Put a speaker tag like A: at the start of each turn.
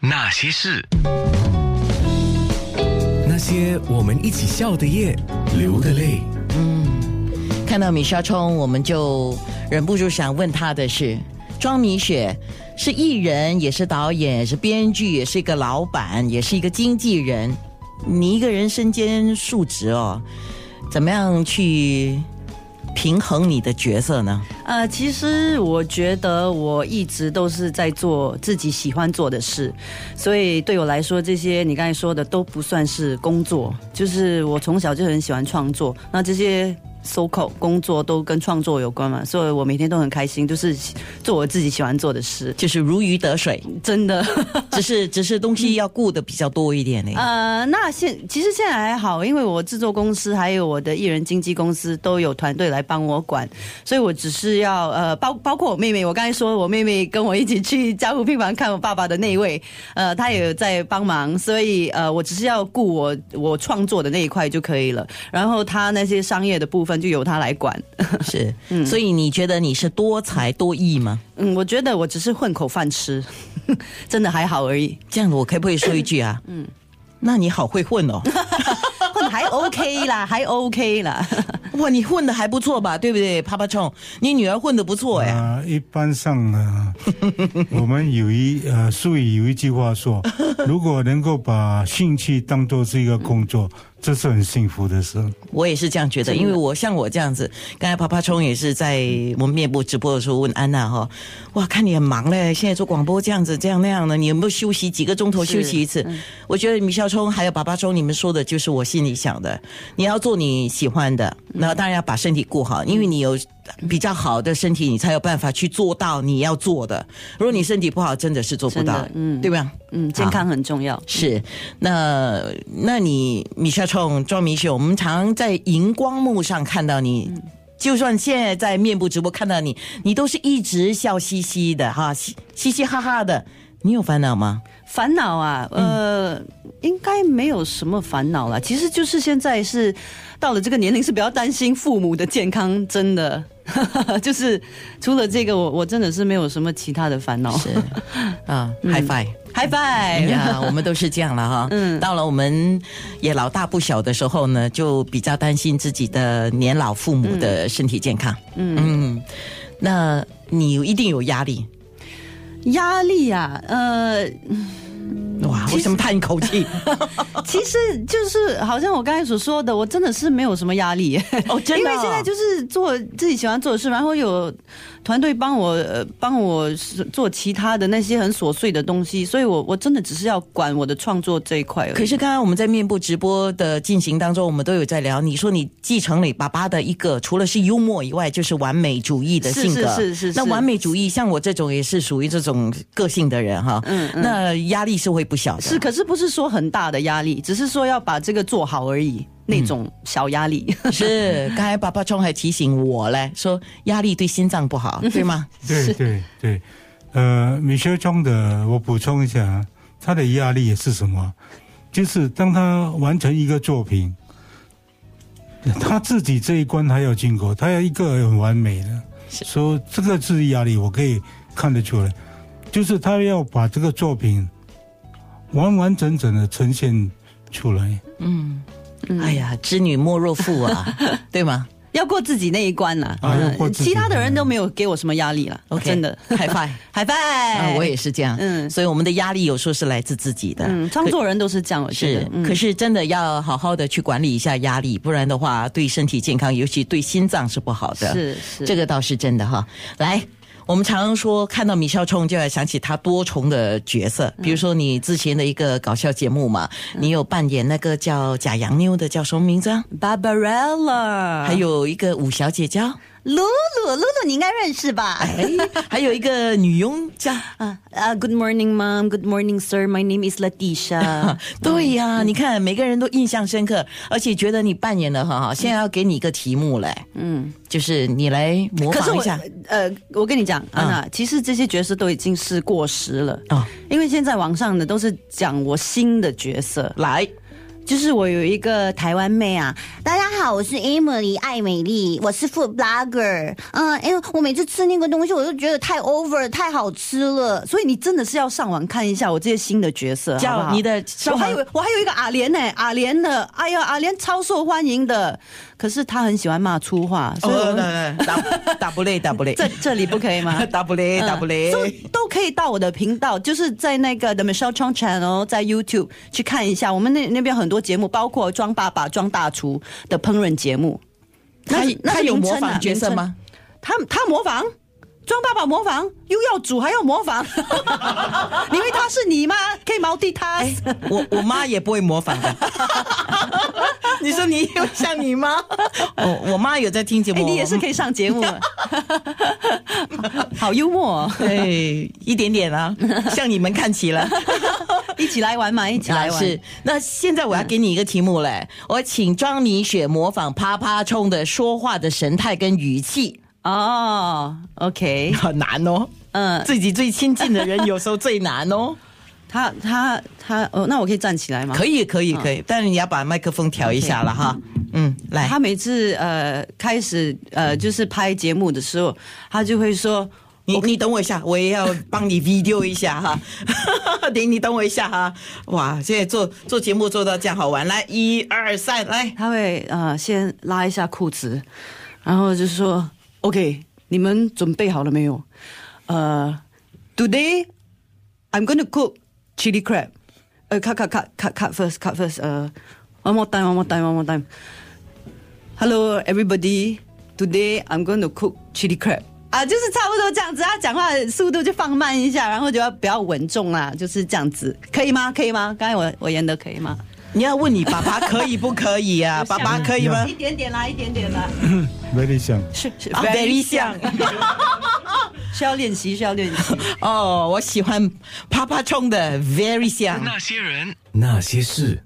A: 那些事，
B: 那些我们一起笑的夜，流的泪。
C: 看到米莎冲，我们就忍不住想问她的是：庄米雪是艺人，也是导演，也是编剧，也是一个老板，也是一个经纪人。你一个人身兼数职哦，怎么样去平衡你的角色呢？
D: 呃，其实我觉得我一直都是在做自己喜欢做的事，所以对我来说，这些你刚才说的都不算是工作。就是我从小就很喜欢创作，那这些收口工作都跟创作有关嘛，所以我每天都很开心，就是做我自己喜欢做的事，
C: 就是如鱼得水，
D: 真的。
C: 只是只是东西要顾的比较多一点呢。
D: 呃，那现其实现在还好，因为我制作公司还有我的艺人经纪公司都有团队来帮我管，所以我只是要呃，包包括我妹妹，我刚才说我妹妹跟我一起去江湖乒乓看我爸爸的那一位，呃，她也有在帮忙，所以呃，我只是要顾我我创作的那一块就可以了，然后她那些商业的部分就由她来管。
C: 是，所以你觉得你是多才多艺吗？
D: 嗯，我觉得我只是混口饭吃， 真的还好而已，
C: 这样我可不可以说一句啊？嗯，那你好会混哦。
D: 混还 OK 啦，还 OK 啦。
C: 哇，你混的还不错吧？对不对，啪啪冲？你女儿混的不错
D: 嗯
C: 哎、
E: 啊、一般上啊，我们有一呃，术语有一句话说，如果能够把兴趣当做是一个工作，这是很幸福的事。
C: 我也是这样觉得，因为我像我这样子，刚才啪啪冲也是在我们面部直播的时候问安娜哈，哇，看你很忙嘞，现在做广播这样子这样那样的，你有没有休息几个钟头休
D: 是
C: 息一次？
D: 嗯
C: 我觉得米孝冲还有爸爸冲，你们说的就是我心里想的，你要做你喜欢的，
D: 嗯
C: 然后当然要把身体顾好，因为你有。比较好的身体，你才有办法去做到你要做的。如果你身体不好，真的是做不
D: 真
C: 到
D: 的，嗯
C: 对吧？
D: 嗯，健
C: 好
D: 康很重要。
C: 是，那那你米莎冲庄米雪，我们常在荧光幕上看到你，就算现在在面部直播看到你，你都是一直笑嘻嘻的哈，嘻嘻嘻哈哈的。你有烦恼 吗？
D: 烦恼啊，呃，应该没有什么烦恼啦。其实就是现在是到了这个年龄，是比较担心父母的健康，真的。 就是除了这个，我我真的是没有什么其他的烦恼。
C: 是啊，high five。哎
D: 嗨拜，
C: 呀， 我们都是这样了哈。 嗯，到了我们也老大不小的时候呢，就比较担心自己的年老父母的身体健康。嗯嗯，那你一定有压力。
D: 压力啊，呃，
C: 哇，为什么叹一口气？
D: 其实就是好像我刚才所说的，我真的是没有什么压力
C: 哦真的哦
D: 因为现在就是做自己喜欢做的事，然后有团队帮我呃帮我做其他的那些很琐碎的东西，所以我我真的只是要管我的创作这一块而已。
C: 可是刚刚我们在面部直播的进行当中，我们都有在聊，你说你继承了你爸爸的一个，除了是幽默以外，就是完美主义的性格。
D: 是是是是
C: 那完美主义，像我这种也是属于这种个性的人哈。嗯那压力是会不小的。
D: 是，可是不是说很大的压力，只是说要把这个做好而已，那种小压力。
C: 是，刚才爸爸冲还提醒我嘞，说压力对心脏不 好，对吗？
E: 对对对，呃，米歇尔中的，我补充一下啊，他的压力也是什么？就是当他完成一个作品，他自己这一关还要经过，他要一个很完美的，说这个是压力，我可以看得出来，就是他要把这个作品完完整整的呈现出来。
D: 嗯
C: 哎呀，织女莫若父啊， 对吗
D: 要过自己那一关了、
E: 啊要过自己
D: 其他的人都没有给我什么压力了
C: ？OK，
D: 哦真的。
C: 嗨 拜。
D: 海
C: 啊
D: 拜、，
C: 我也是这样，嗯，
D: 嗯
C: 所以我们的压力有时候是来自自己的，
D: 嗯，创作人都是这样，我觉
C: 是
D: 得。，嗯
C: 可是真的要好好的去管理一下压力，不然的话，对身体健康，尤其对心脏是不好的。
D: 是是
C: 这个倒是真的哈。来，我们常说看到米肖冲就要想起他多重的角色，比如说你之前的一个搞笑节目嘛，你有扮演那个叫假洋妞的叫什么名字啊？
D: Barbarella，
C: 还有一个五小姐叫，
D: 露露，露露你应该认识吧？
C: 哎， 还有一个女佣叫。
D: 啊啊，Good morning, mom. Good morning, sir. My name is Leticia
C: 啊。对呀、你看每个人都印象深刻，而且觉得你扮演的很好。现在要给你一个题目嘞，嗯，就是你来 模
D: 可是
C: 仿一
D: 我
C: 下。嗯
D: 呃，我跟你讲，安娜，其实这些角色都已经是过时了
C: 啊
D: 因为现在网上的都是讲我新的角色，
C: 来，
D: 就是我有一个台湾妹啊，
A: 大家好，我是 Emily 艾美丽，我是 food blogger。嗯，因为我每次吃那个东西，我就觉得太 over，了太好吃了。
D: 所以你真的是要上网看一下我这些新的角色，
C: 叫
D: 好不好
C: 你的上
D: 我
C: 网
D: 还有我还有一个阿莲呢、阿莲的，哎呀，阿莲超受欢迎的，可是她很喜欢骂粗话，所以我们、
C: 哦， 打打不累，打不累，？
D: 这这里不可以吗
C: 啊打不累，打不累。
D: 都都嗯可以到我的频道，就是在那个 The Michelle Chong Channel，在 YouTube 去看一下。我们那那边很多节目，包括装爸爸、装大厨的烹饪节目。
C: 他
D: 那是那
C: 他
D: 是
C: 有
D: 名
C: 模
D: 称啊
C: 仿角色？
D: 名
C: 吗
D: 称？他他模仿，装爸爸模仿，又要煮还要模 仿，因为他是你吗？可以
C: 哎
D: multitask。
C: 我我妈也不会模仿 的。你说你有像你妈？ 我我妈有在听节
D: 哎、
C: 目，
D: 你也是可以上节 目，好幽默、哦，
C: 对一点点 啊，向你们看齐了。
D: 一起来玩嘛，一起来玩。
C: 啊是，那现在我要给你一个题目嘞，我请庄米雪模仿啪啪冲的说话的神态跟语气，
D: 哦，OK，
C: 很 难哦。
D: 嗯、
C: 自己最亲近的人有时候最难 哦。
D: 他他他，哦，那我可以站起来吗？
C: 可
D: 以。
C: 以，可以，可以，但是你要把麦克风调一下了哈。嗯，来
D: 他，每次呃开始呃就是拍节目的时候，他就会说
C: 你你等我一下，我也要帮你 video 一下哈。 你你等我一下哈。哇，现在做做节目做到这样好玩，来，一二三，来，
D: 他会呃先拉一下裤子，然后就说 OK，你们准备好了没有？呃，Today I'm gonna cook chili crab。呃，cut cut cut cut cut first cut first。呃，one more time one more time one more time。Hello everybody, today I'm going to cook chili crab。啊，就是差不多这样子，他讲话速度就放慢一下，然后就要比较稳重啦，就是这样子，可以吗？可以吗？刚才我我演的可以吗？
C: 你要问你爸爸可以不可以啊？爸爸可以吗
D: 一点点啦，一点点啦，
E: very 像。
D: 是是
C: 啊？Very 像。
D: 需要练习，需要练习。
C: 哦，我喜欢啪啪冲的，very 像。
B: 那些人，那些事。